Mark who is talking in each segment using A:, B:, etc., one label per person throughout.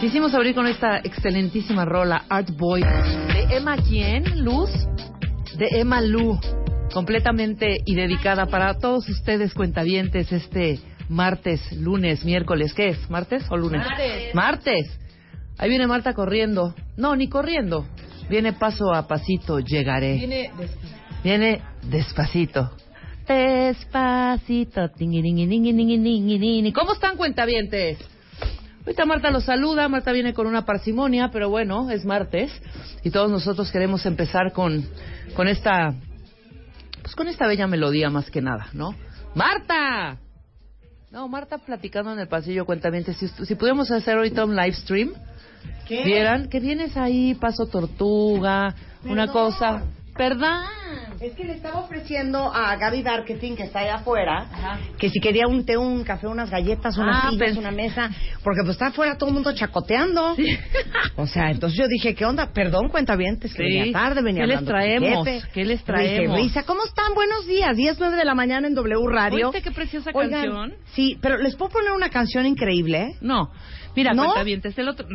A: Quisimos abrir con esta excelentísima rola Art Boy de Emma quién Luz de Emma Lu completamente y dedicada para todos ustedes cuentavientes este martes, lunes, miércoles, ¿qué es? ¿Martes o lunes? Martes. Ahí viene Marta corriendo. No, ni corriendo. Viene paso a pasito, llegaré. Viene despacito. Viene despacito. Despacito. tingiringiringiringiringirini. ¿Cómo están cuentavientes? Ahorita Marta los saluda, Marta viene con una parsimonia, pero bueno, es martes y todos nosotros queremos empezar con, con esta pues con esta bella melodía más que nada, ¿no? ¡Marta! No, Marta platicando en el pasillo, cuentamente, si, si pudiéramos hacer ahorita un live stream, vieran que vienes ahí, paso tortuga, una cosa, ¿verdad?
B: Es que le estaba ofreciendo a Gaby Marketing, que está allá afuera,
A: Ajá.
B: que si quería un té, un café, unas galletas, unas
A: Ah,
B: sillas,
A: pens-
B: una mesa, porque pues está afuera todo el mundo chacoteando. O sea, entonces yo dije, ¿qué onda? Perdón, cuenta bien, que
A: Sí.
B: venía tarde, venía
A: ¿Qué les
B: hablando con
A: traemos?
B: jefe.
A: ¿Qué les
B: Risa y
A: traemos?
B: risa. ¿Cómo están? Buenos días. 10, 9 de la mañana en W Radio.
A: ¿Oíste qué preciosa
B: Oigan,
A: canción?
B: Sí, pero les puedo poner una canción increíble. ¿eh?
A: No, mira,
B: ¿No?
A: cuentavientes, el otro...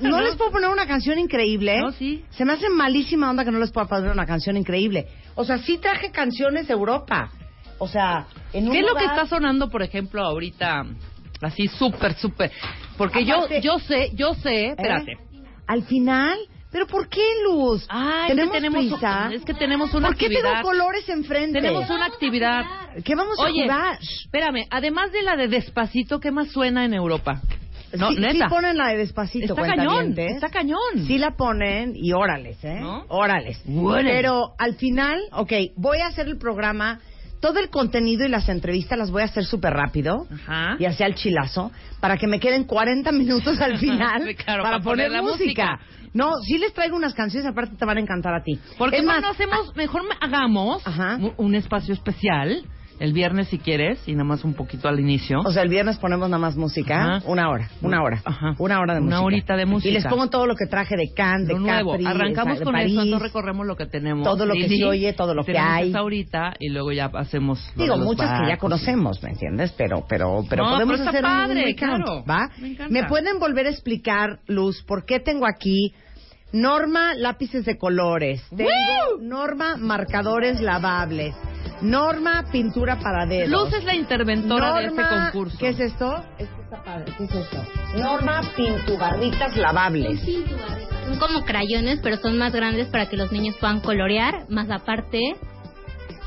B: No, les puedo poner una canción increíble.
A: No, sí.
B: Se me hace malísima onda que no les pueda poner una canción increíble. O sea, sí traje canciones de Europa. O sea, en un
A: ¿Qué es lo que
B: lugar- ¿eh?
A: está sonando, por ejemplo, ahorita? Así súper, súper. Porque
B: Aparte-
A: yo yo sé, yo sé, espérate.
B: ¿Eh? Al final, pero ¿por qué luz?
A: Ah, es que
B: tenemos,
A: tenemos-
B: prisa.
A: es que tenemos una
B: ¿Por qué
A: actividad.
B: tengo colores enfrente?
A: Tenemos una actividad.
B: ¿Qué vamos a
A: Oye,
B: jugar?
A: espérame, además de la de Despacito, ¿qué más suena en Europa? No,
B: sí, sí
A: neta.
B: ponen la de despacito.
A: está cañón,
B: cuentavientes.
A: está cañón.
B: Sí la ponen y órales, ¿eh?
A: ¿No?
B: Órales.
A: Órale.
B: Pero al final, ok, voy a hacer el programa, todo el contenido y las entrevistas las voy a hacer súper rápido
A: Ajá.
B: y así al chilazo para que me queden 40 minutos al final
A: Sí, claro,
B: para,
A: para
B: poner,
A: poner la
B: música.
A: música.
B: No, sí les traigo unas canciones, aparte te van a encantar a ti.
A: Porque
B: es más, ah,
A: no hacemos, mejor me- hagamos
B: Ajá.
A: un, un espacio especial el viernes si quieres y nada más un poquito al inicio.
B: O sea, el viernes ponemos nada más música,
A: Ajá.
B: una hora, una hora,
A: Ajá.
B: una hora de
A: Una
B: música.
A: horita de música.
B: Y les pongo todo lo que traje de Cannes, de
A: lo nuevo.
B: Capri,
A: Arrancamos
B: de,
A: con
B: París.
A: eso, entonces recorremos lo que tenemos.
B: Todo lo que se oye, todo lo que
A: tenemos
B: hay.
A: esa ahorita y luego ya hacemos. lo
B: Digo,
A: de los
B: muchas que ya
A: barcos.
B: conocemos, ¿me entiendes? Pero, pero, pero
A: No,
B: podemos
A: pero está
B: hacer un- un
A: padre,
B: recount,
A: claro.
B: ¿va?
A: Me encanta.
B: Me pueden volver a explicar, Luz, por qué tengo aquí Norma lápices de colores, tengo Norma marcadores lavables, Norma pintura para dedos.
A: Luz es la interventora de este
B: Norma-
A: concurso.
B: ¿Qué es esto? Esto está padre. ¿Qué es esto? Norma pintubarritas lavables.
C: Son como crayones, pero son más grandes para que los niños puedan colorear, más aparte.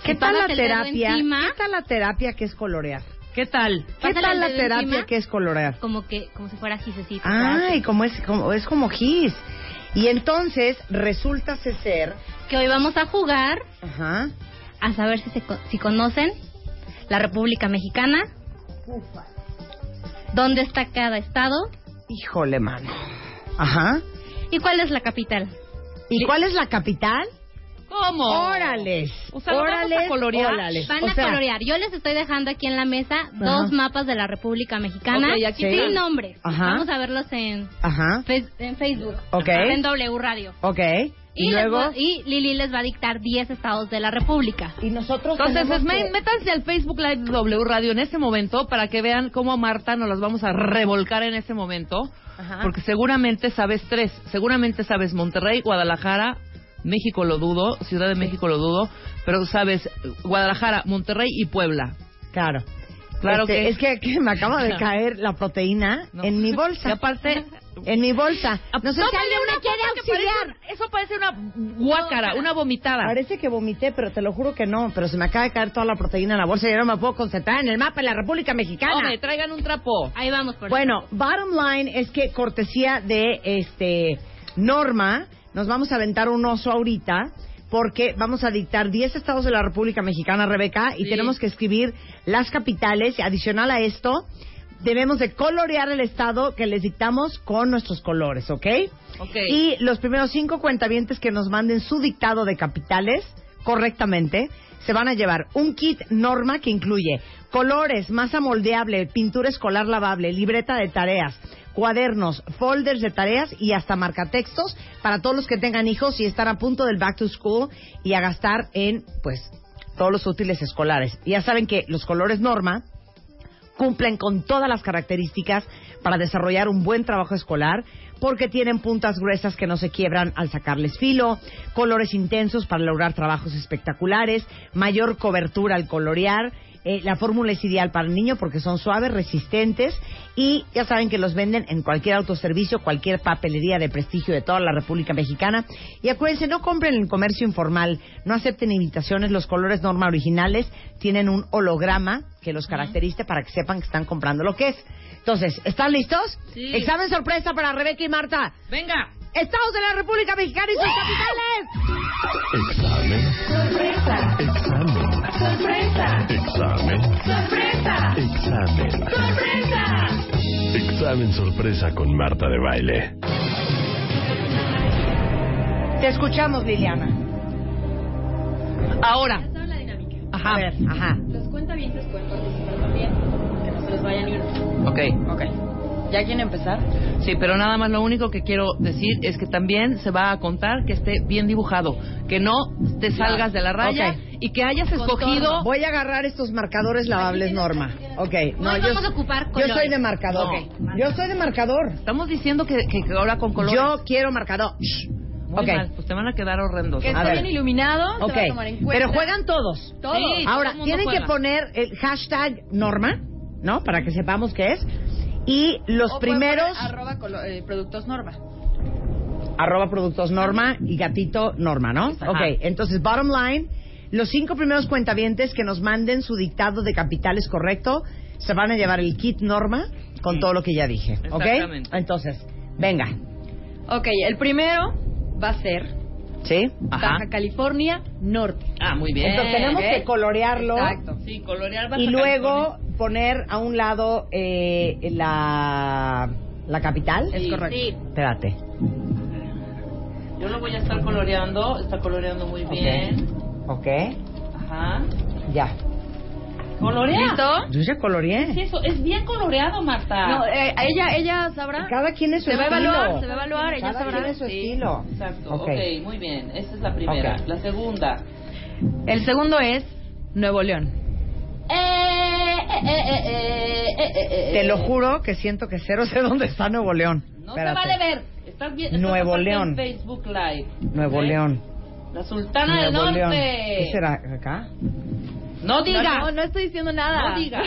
B: ¿Qué
C: te
B: tal la
C: pasas el dedo
B: terapia?
C: encima.
B: ¿Qué tal la terapia que es colorear?
A: ¿Qué tal?
B: ¿Qué
C: Pásale
B: tal
C: el
B: la
C: dedo
B: terapia
C: encima.
B: que es colorear?
C: Como que, como si fuera gisecito.
B: Ay, Ah, como es como es como gis. Y entonces resulta ser,
C: Que hoy vamos a jugar
B: ajá,
C: a saber si, se, co- si conocen la República Mexicana. ¿Dónde está cada estado?
B: híjole, mano. Ajá.
C: ¿Y cuál es la capital?
B: ¿Y cuál es la capital?
A: ¿Cómo?
B: Órales.
A: O sea, ¿lo vamos a
B: órales,
A: colorear?
B: órales.
C: Van
B: O
C: a
B: sea,
C: colorear. Yo les estoy dejando aquí en la mesa dos mapas de la República Mexicana
A: Ok, y aquí están.
C: sin nombre.
B: Ajá.
C: Vamos a verlos en,
B: Ajá.
C: Fe- en Facebook.
B: Ok.
C: En W Radio.
B: Ok.
C: Y,
B: Y,
C: les
B: luego
C: va- y Lili les va a dictar 10 estados de la República.
B: y nosotros
A: Entonces,
B: tenemos
A: es-
B: que-
A: me- métanse al Facebook Live de W Radio en este momento para que vean cómo a Marta nos las vamos a revolcar en este momento.
B: Ajá.
A: Porque seguramente sabes tres. Seguramente sabes Monterrey, Guadalajara, México lo dudo, Ciudad de México lo dudo, pero sabes, Guadalajara, Monterrey y Puebla.
B: Claro.
A: Claro
B: Este,
A: que
B: es que, que me acaba de caer la proteína
A: No.
B: en mi bolsa.
A: Y aparte-
B: en mi bolsa. Ah, No sé si
A: Tómale
B: alguien me
A: una
B: quiere
A: copa que
B: auxiliar.
A: parece- eso parece una guácara, una vomitada.
B: Parece que vomité, pero te lo juro que no. Pero se me acaba de caer toda la proteína en la bolsa y ahora me puedo concentrar en el mapa de la República Mexicana.
A: Hombre, traigan un trapo.
C: Ahí vamos por
B: Bueno, bottom line es que cortesía de este Norma, nos vamos a aventar un oso ahorita porque vamos a dictar 10 estados de la República Mexicana, Rebeca, y
A: Sí.
B: tenemos que escribir las capitales. Y adicional a esto, debemos de colorear el estado que les dictamos con nuestros colores, ¿ok?
A: Ok.
B: Y los primeros cinco cuentavientes que nos manden su dictado de capitales correctamente se van a llevar un kit norma que incluye colores, masa moldeable, pintura escolar lavable, libreta de tareas, cuadernos, folders de tareas y hasta marcatextos para todos los que tengan hijos y están a punto del back to school y a gastar en, pues, todos los útiles escolares. Ya saben que los colores norma cumplen con todas las características para desarrollar un buen trabajo escolar porque tienen puntas gruesas que no se quiebran al sacarles filo, colores intensos para lograr trabajos espectaculares, mayor cobertura al colorear. eh, la fórmula es ideal para el niño porque son suaves, resistentes y ya saben que los venden en cualquier autoservicio, cualquier papelería de prestigio de toda la República Mexicana. Y acuérdense, no compren en comercio informal, no acepten invitaciones, los colores norma originales tienen un holograma que los caracteriza para que sepan que están comprando lo que es. Entonces, ¿están listos?
A: Sí.
B: Examen sorpresa para Rebeca y Marta.
A: Venga.
B: Estados de la República Mexicana y sus
D: ¡Ah!
B: capitales.
E: Examen. Sorpresa. Examen. Sorpresa. Examen. Sorpresa. Examen. Sorpresa. Examen sorpresa con Marta de baile.
B: Te escuchamos, Liliana.
A: Ahora.
D: Esta es la dinámica.
B: Ajá. ajá.
D: Los cuentavientes pueden participar también. Que no se les vayan a ir.
A: Ok.
D: Ok. ¿Ya quieren empezar?
A: Sí, pero nada más lo único que quiero decir es que también se va a contar que esté bien dibujado, que no te salgas de la raya
B: Ok.
A: y que hayas escogido
B: Voy a agarrar estos marcadores lavables, Norma. Ok.
C: No, vamos a ocupar
B: Yo
C: colores.
B: soy de marcador.
A: No.
B: Yo soy de marcador.
A: Estamos diciendo que, que- que ahora con color.
B: Yo quiero marcador. Shh.
A: Muy
B: ok.
A: mal, pues te van a quedar horrendos.
D: Que
B: A
D: esté
B: ver.
D: bien iluminado, se
B: Ok.
D: va a tomar en cuenta.
B: Pero juegan todos.
D: Todos.
A: Sí, todo
B: Ahora,
A: el mundo
B: tienen
A: juega.
B: que poner el hashtag Norma, ¿no? Para que sepamos qué es. Y los
D: O pueden
B: primeros,
D: poner Arroba colo- eh, productos Norma.
B: arroba productos Norma y gatito Norma, ¿no?
A: Exacto.
B: Ok, entonces, bottom line, los cinco primeros cuentavientes que nos manden su dictado de capitales correcto, se van a llevar el kit Norma con todo lo que ya dije, ¿ok?
A: Exactamente.
B: Entonces, venga,
D: Ok, el primero va a ser
B: ¿sí?
A: Ajá.
D: Baja California Norte.
A: Ah, muy bien.
B: Entonces tenemos
D: ok.
B: que colorearlo.
D: Exacto.
A: Sí, colorear Baja
B: y luego
A: California.
B: poner a un lado eh, la, la capital.
D: Es correcto.
C: Sí.
B: Espérate.
A: Yo lo voy a estar coloreando, está coloreando muy bien.
B: Ok,
A: Ajá.
B: ya.
A: Colorea.
D: ¿Listo?
B: Yo ya coloreé.
A: Sí, eso, es bien coloreado, Marta.
D: No, eh, ella, ella sabrá.
B: Cada quien es su
D: Se va a
B: estilo.
D: evaluar, se va a evaluar, ella
B: Cada
D: sabrá.
B: quien es su estilo.
A: Exacto,
B: Ok.
A: ok, muy bien. Esa es la primera.
B: Ok.
A: La segunda.
D: El segundo es Nuevo León. Eh,
B: Te lo juro que siento que cero sé dónde está Nuevo León.
A: No
B: Espérate.
A: se vale ver. Estás bien. estás
B: Nuevo
A: aparte
B: León.
A: En Facebook Live.
B: Nuevo
D: ¿Eh?
A: ¿Ok?
B: León.
A: La Sultana del
B: Nuevo
A: Norte.
B: León. ¿Qué será acá?
A: No diga.
D: No, no estoy diciendo nada.
A: No diga.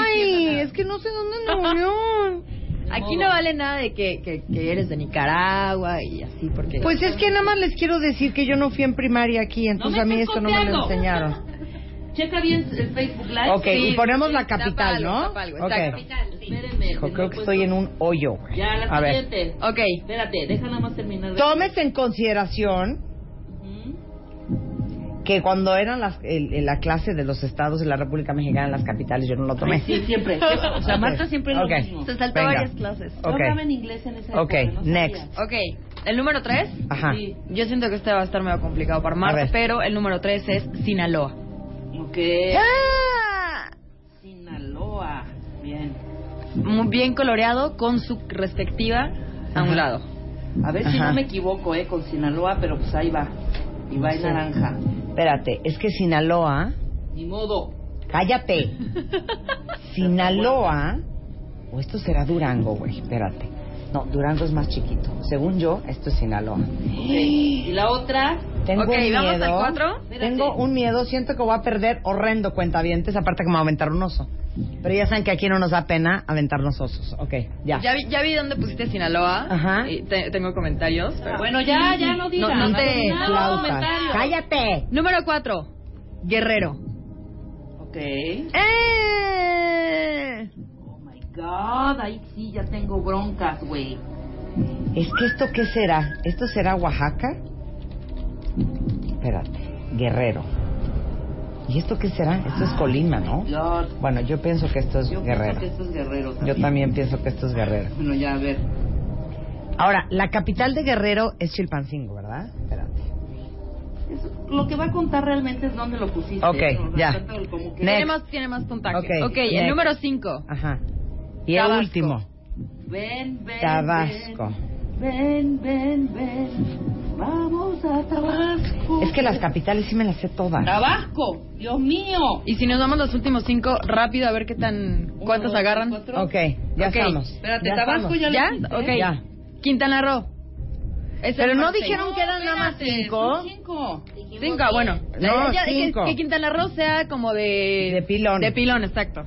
D: Ay, es que no sé dónde Nuevo León. Aquí
A: modo.
D: no vale nada de que, que, que eres de Nicaragua y así, porque...
B: Pues es que nada más les quiero decir que yo no fui en primaria aquí, entonces
A: me
B: a mí
A: estés
B: esto no me lo
A: copiando.
B: enseñaron.
A: Checa bien el Facebook Live.
B: Ok, y ponemos la
D: Tapalgo,
B: capital, ¿no?
D: Tapalgo,
B: Ok.
D: exacto.
A: Espérenme.
B: Hijo,
D: Pues
A: no
B: creo
A: he
B: que
A: puesto-
B: estoy en un hoyo, güey.
A: Ya, la
B: A ver,
A: siguiente.
D: Ok.
A: Espérate, deja nada más terminar. de-
B: tómese en consideración
A: Ujú.
B: que cuando eran las, el- el- la clase de los estados de la República Mexicana en las capitales, yo no lo tomé.
A: Sí, siempre. O sea, Marta siempre es
B: Ok.
A: lo mismo.
D: Se saltó
B: Venga.
D: varias clases.
A: No
B: Ok,
A: hablaba en inglés en esa
B: Ok,
A: época, no sabía.
B: next.
D: Ok, el número tres.
B: ajá.
A: Sí.
D: Yo siento que este va a estar medio complicado para
B: A
D: Marta,
B: ver.
D: pero el número tres es Sinaloa.
A: Ok. Sinaloa. Bien.
D: Muy bien coloreado con su respectiva a
B: Ajá.
D: un lado.
A: A ver si
B: Ajá.
A: no me equivoco, ¿eh? Con Sinaloa, pero pues ahí va. Y va en naranja.
B: Espérate, es que Sinaloa,
A: Ni modo.
B: cállate. Sinaloa, o esto será Durango, güey, espérate.
F: No, Durango es más chiquito. Según yo, esto es Sinaloa.
A: Y la otra.
B: Tengo
D: Ok,
B: un
D: ¿vamos al
B: miedo.
D: cuatro?
B: Tengo un miedo. Siento que voy a perder horrendo cuentavientes, aparte que me va a aventar un oso. Pero ya saben que aquí no nos da pena aventarnos osos. Ok, ya.
D: Ya vi, ya vi dónde pusiste Sinaloa.
B: Ajá.
D: Y te- tengo comentarios. pero-
A: Bueno, ya, ya no digas.
D: No, no te
A: hagas
B: flautas.
A: comentarios.
B: ¡Cállate!
D: Número 4. Guerrero.
A: Ok.
D: ¡Eh!
A: Oh my god, ahí sí ya tengo broncas, güey.
B: Es que esto, ¿qué será? ¿Esto será Oaxaca? Espérate. Guerrero. ¿Y esto qué será? Esto es Colima, ¿no?
A: God.
B: Bueno, yo pienso que esto es
A: Yo
B: Guerrero.
A: pienso que esto es guerrero
B: Yo
A: también.
B: también pienso que esto es Guerrero.
A: Bueno, ya, a ver.
B: Ahora, la capital de Guerrero es Chilpancingo, ¿verdad? Espérate.
A: Eso- lo que va a contar realmente es dónde lo pusiste.
B: Ok,
A: Con
B: ya.
A: respecto al- como que-
D: Tiene
B: Next.
D: más, tiene más contactos.
B: Ok,
D: Ok, el
B: next.
D: número 5.
B: Ajá. Y
D: Tabasco.
B: el último,
A: Ven, ven,
B: Tabasco.
A: Ven, ven, ven, ven. Vamos a Tabasco.
B: Es que las capitales sí me las sé todas.
A: Tabasco, Dios mío.
D: Y si nos damos los últimos 5 rápido a ver qué tan. cuántos
A: Uno,
D: agarran.
A: dos, cuatro.
B: Ok, ya
D: Ok,
B: estamos.
A: Espérate,
B: Ya
A: Tabasco
B: estamos.
A: ya,
D: ¿Ya?
A: lo
D: Ok.
A: pusiste.
B: Ya.
D: Quintana Roo. Es el
B: Pero no
D: norte.
B: dijeron que eran nada más
A: espérate,
B: cinco.
A: son cinco. ah,
D: Cinco, bueno.
B: No,
D: Ya- ya- que-
B: cinco.
D: Que, Quintana Roo sea como de...
B: De pilón.
D: De pilón, exacto.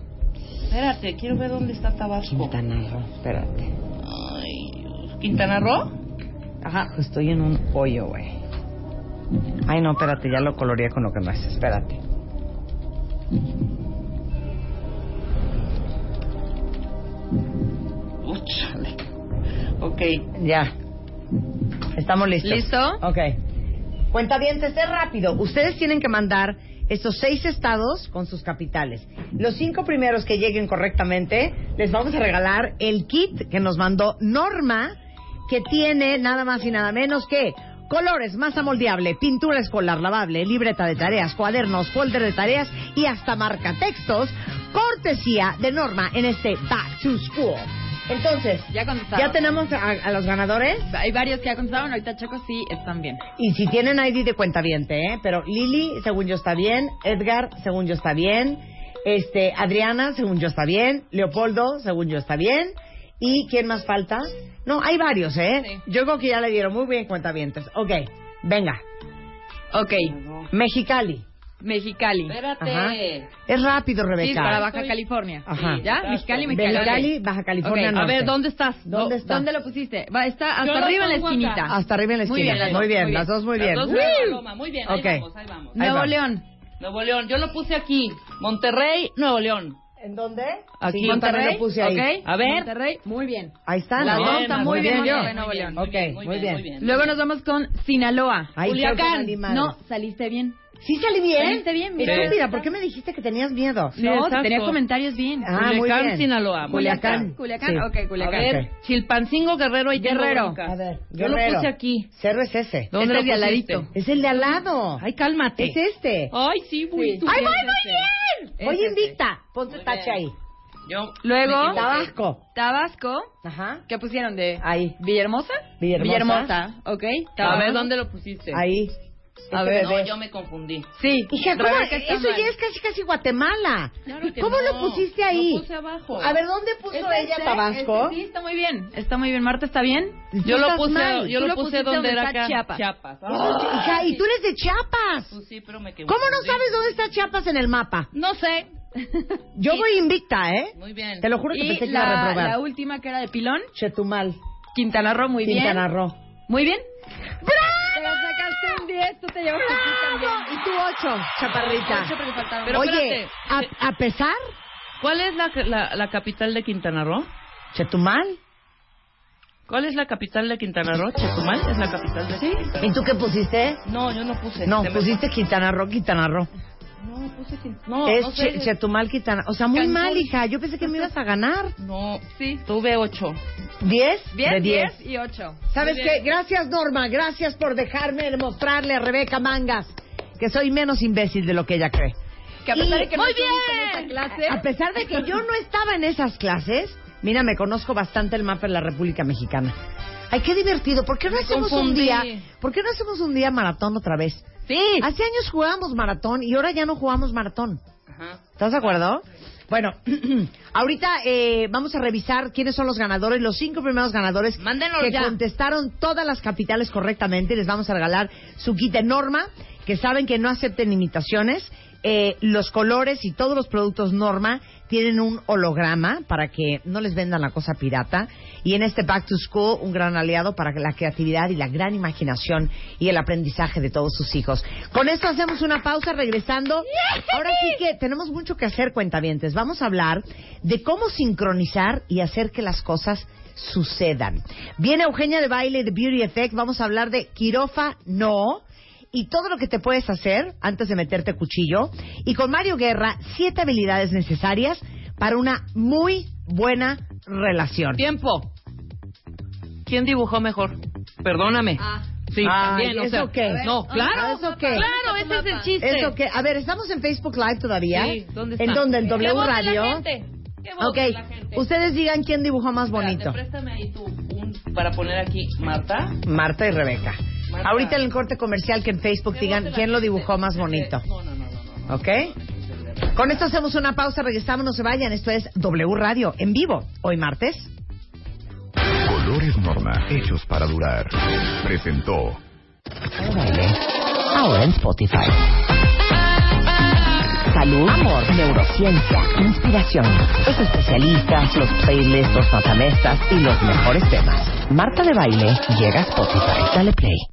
A: Espérate, quiero ver dónde está Tabasco.
B: Quintana Roo, espérate.
A: Ay, ¿Quintana Roo?
B: Ajá. Estoy en un hoyo, güey. Ay, no, espérate, ya lo coloreé con lo que no es. Espérate.
A: Úchale. Ok.
B: Ya. Estamos listos.
D: ¿Listo?
B: Ok. Cuentavientes, es rápido. Ustedes tienen que mandar estos seis estados con sus capitales. Los cinco primeros que lleguen correctamente, les vamos a regalar el kit que nos mandó Norma, que tiene nada más y nada menos que colores, masa moldeable, pintura escolar lavable, libreta de tareas, cuadernos, folder de tareas y hasta marcatextos, cortesía de Norma en este Back to School. Entonces,
D: Ya contestaron.
B: ya tenemos a, a los ganadores.
D: Hay varios que ya contestaron. Ahorita Chaco sí están bien.
B: Y si tienen ID de cuenta bien, ¿eh? Pero Lili, según yo está bien. Edgar, según yo está bien. Este, Adriana, según yo está bien. Leopoldo, según yo está bien. ¿Y quién más falta? No, hay varios, ¿eh? Yo creo que ya le dieron muy bien cuenta Ok, venga.
D: Ok.
B: Mexicali.
D: Mexicali.
A: Espérate.
B: Ajá. Es rápido,
D: Sí,
B: Rebeca.
D: para Baja California.
B: Ajá.
D: ¿Ya? Mexicali, Mexicali.
B: Mexicali,
D: Ok.
B: Baja California
D: Ok, A
B: Norte.
D: ver, ¿dónde estás?
B: ¿Dónde
D: Do-
B: está?
D: ¿Dónde lo pusiste? Va, está
A: Yo
D: hasta
A: lo
D: arriba en la
A: pongo
D: esquinita.
A: acá.
B: Hasta arriba en la
D: Muy
B: esquina.
D: bien, las
B: muy
D: dos,
B: bien,
D: muy
B: las
D: bien.
B: dos muy
A: Las
B: bien.
A: dos
B: ¡Woo!
A: nueva Paloma, Muy bien, ahí
B: Ok.
A: vamos, ahí vamos.
B: Ahí va.
D: Nuevo León.
A: Nuevo León, yo lo puse aquí. Monterrey, Nuevo León.
B: ¿En dónde?
D: Aquí.
B: Sí, yo también
D: Monterrey.
B: lo puse ahí.
D: ok.
A: A ver.
D: Monterrey, muy bien.
B: Ahí está,
D: Las
B: ¿no?
D: dos están muy bien,
B: yo.
D: Monterrey, Nuevo León.
B: Ok, muy bien.
D: Luego nos vamos con Sinaloa.
B: Ahí creo que no
D: Culiacán.
B: di madre.
D: No, saliste bien.
B: Sí salí bien.
D: Saliste bien, mira.
B: Pero mira, ¿por qué me dijiste que tenías miedo?
A: Sí,
D: no,
A: exacto.
D: tenía comentarios bien.
B: Ah, muy
A: Culiacán,
B: bien.
A: Sinaloa.
B: Culiacán.
D: Culiacán,
B: Sí.
D: ok, Culiacán.
A: A ver, Chilpancingo, Guerrero y
D: Guerrero.
B: A ver,
A: Yo lo
B: Guerrero.
A: puse aquí.
B: Cero es ese.
A: ¿Dónde
D: Este
A: lo
D: es de al
A: pusiste?
D: ladito.
B: Es el de al lado.
A: Ay, cálmate.
B: es este.
A: Ay, sí, güey. tú eh.
B: ¡Ay, voy,
A: piensas
B: voy bien!
D: Es
B: Voy
D: ese.
B: invicta. Ponte
A: este. Muy
B: tache
A: bien.
B: ahí.
A: que- Yo,
D: Luego,
B: Tabasco.
D: Tabasco.
B: Ajá.
D: ¿Qué pusieron de
B: Ahí.
D: Villahermosa?
B: Villahermosa.
D: Villahermosa, ok.
A: a
D: Tabasco.
A: ver dónde lo pusiste.
B: Ahí.
D: A
B: Este
D: ver,
A: No,
B: bebé.
A: yo me confundí.
D: Sí.
B: Hija, ¿cómo?
D: Rebeca está
B: Eso
D: mal.
B: ya es casi casi Guatemala.
A: Claro que
B: ¿Cómo
A: no.
B: lo pusiste ahí?
A: Lo puse abajo.
B: A ver, ¿dónde puso
D: ¿Es
B: ella
D: ese?
B: Tabasco?
D: Ese sí, está muy bien. Está muy bien. Marta, ¿está bien?
A: Yo lo
B: estás
A: puse,
B: mal.
A: yo lo
D: Tú lo
A: puse
D: pusiste
A: donde
D: donde
A: era
D: está
A: acá.
D: Chiapas.
A: Chiapas. Ah,
B: Hija, y tú eres de Chiapas.
A: pues sí, pero me
B: ¿Cómo no
A: confundí.
B: sabes dónde está Chiapas en el mapa?
D: No sé.
B: Yo voy invicta, ¿eh?
A: Muy bien.
B: Te lo juro que
D: y
B: pensé que iba a
D: la,
B: reprobar.
D: la última que era de Pilón,
B: Chetumal,
D: Quintana Roo, muy
B: Quintana
D: bien.
B: Roo.
D: Muy bien. Te la sacaste un 10, tú te llevas aquí también.
B: Y tú ocho, chaparrita.
D: Ocho porque faltaron.
A: Pero
B: Oye,
A: espérate.
B: a, a pesar,
A: ¿Cuál es la, la, la capital de Quintana Roo?
B: Chetumal.
A: ¿Cuál es la capital de Quintana Roo? ¿Chetumal es la capital de ¿Sí?
B: ¿Y tú qué pusiste?
A: No, yo no puse.
B: No, pues
A: Se me-
B: pusiste Quintana Roo, Quintana Roo.
A: No, puse Quintana No,
B: es
A: no
B: Che-
A: sé.
B: Chetumal, Quintana O sea, muy
A: Cancún.
B: mal, hija. Yo pensé que me ibas a ganar.
A: No, sí. Tuve ocho.
B: ¿Diez?
D: Bien,
B: de
D: 10 y 8.
B: ¿Sabes qué? Gracias, Norma. Gracias por dejarme mostrarle a Rebeca Mangas que soy menos imbécil de lo que ella cree.
D: Que a pesar de que no
B: Muy
D: estuviste en
B: bien.
D: esa clase-
B: A pesar de que yo no estaba en esas clases, mira, me conozco bastante el mapa de la República Mexicana. Ay, qué divertido. ¿Por qué no
A: Me
B: hacemos
A: confundí.
B: un día? ¿Por qué no hacemos un día maratón otra vez?
D: Sí.
B: Hace años jugábamos maratón y ahora ya no jugamos maratón.
A: Ajá.
B: ¿Estás de acuerdo? Bueno, ahorita eh, vamos a revisar quiénes son los ganadores, los cinco primeros ganadores
A: Mándenlos
B: que
A: ya.
B: contestaron todas las capitales correctamente. Les vamos a regalar su kit de norma, que saben que no acepten imitaciones. Eh, los colores y todos los productos Norma tienen un holograma para que no les vendan la cosa pirata. Y en este Back to School, un gran aliado para la creatividad y la gran imaginación y el aprendizaje de todos sus hijos. Con esto hacemos una pausa regresando. Ahora sí que tenemos mucho que hacer, cuentavientes. Vamos a hablar de cómo sincronizar y hacer que las cosas sucedan. Viene Eugenia de Baile de Beauty Effect. Vamos a hablar de quirófano y todo lo que te puedes hacer antes de meterte cuchillo. Y con Mario Guerra, siete habilidades necesarias para una muy buena relación.
A: Tiempo. ¿Quién dibujó mejor? Perdóname.
D: Ah.
A: Sí,
B: Ay,
A: también, o
B: ¿eso
A: sea,
B: qué?
A: No, claro.
B: ¿Eso qué?
A: Claro, ese es el chiste.
B: Eso que, a ver, estamos en Facebook Live todavía.
A: Sí, ¿dónde está?
B: ¿En dónde? ¿En
A: ¿Qué
B: W
D: voz de la
B: Radio?
D: gente? ¿Qué voz
B: Ok,
D: de la gente?
B: ustedes digan quién dibujó más bonito.
A: Espérate, préstame ahí tú un para poner aquí Marta.
B: Marta y Rebeca.
A: Marta.
B: Ahorita en el corte comercial que en Facebook
A: ¿Qué voz de
B: digan
A: la
B: quién lo
A: gente?
B: dibujó más bonito.
A: No, no, no, no, no, no.
B: ¿Ok? Con esto hacemos una pausa, regresamos, no se vayan. Esto es W Radio en vivo, hoy martes.
E: Colores Norma, hechos para durar. Presentó.
G: Ahora en Spotify. Salud, amor, neurociencia, inspiración. Los especialistas, los playlists, los matamestas y los mejores temas. Marta de Baile llega a Spotify. Dale play.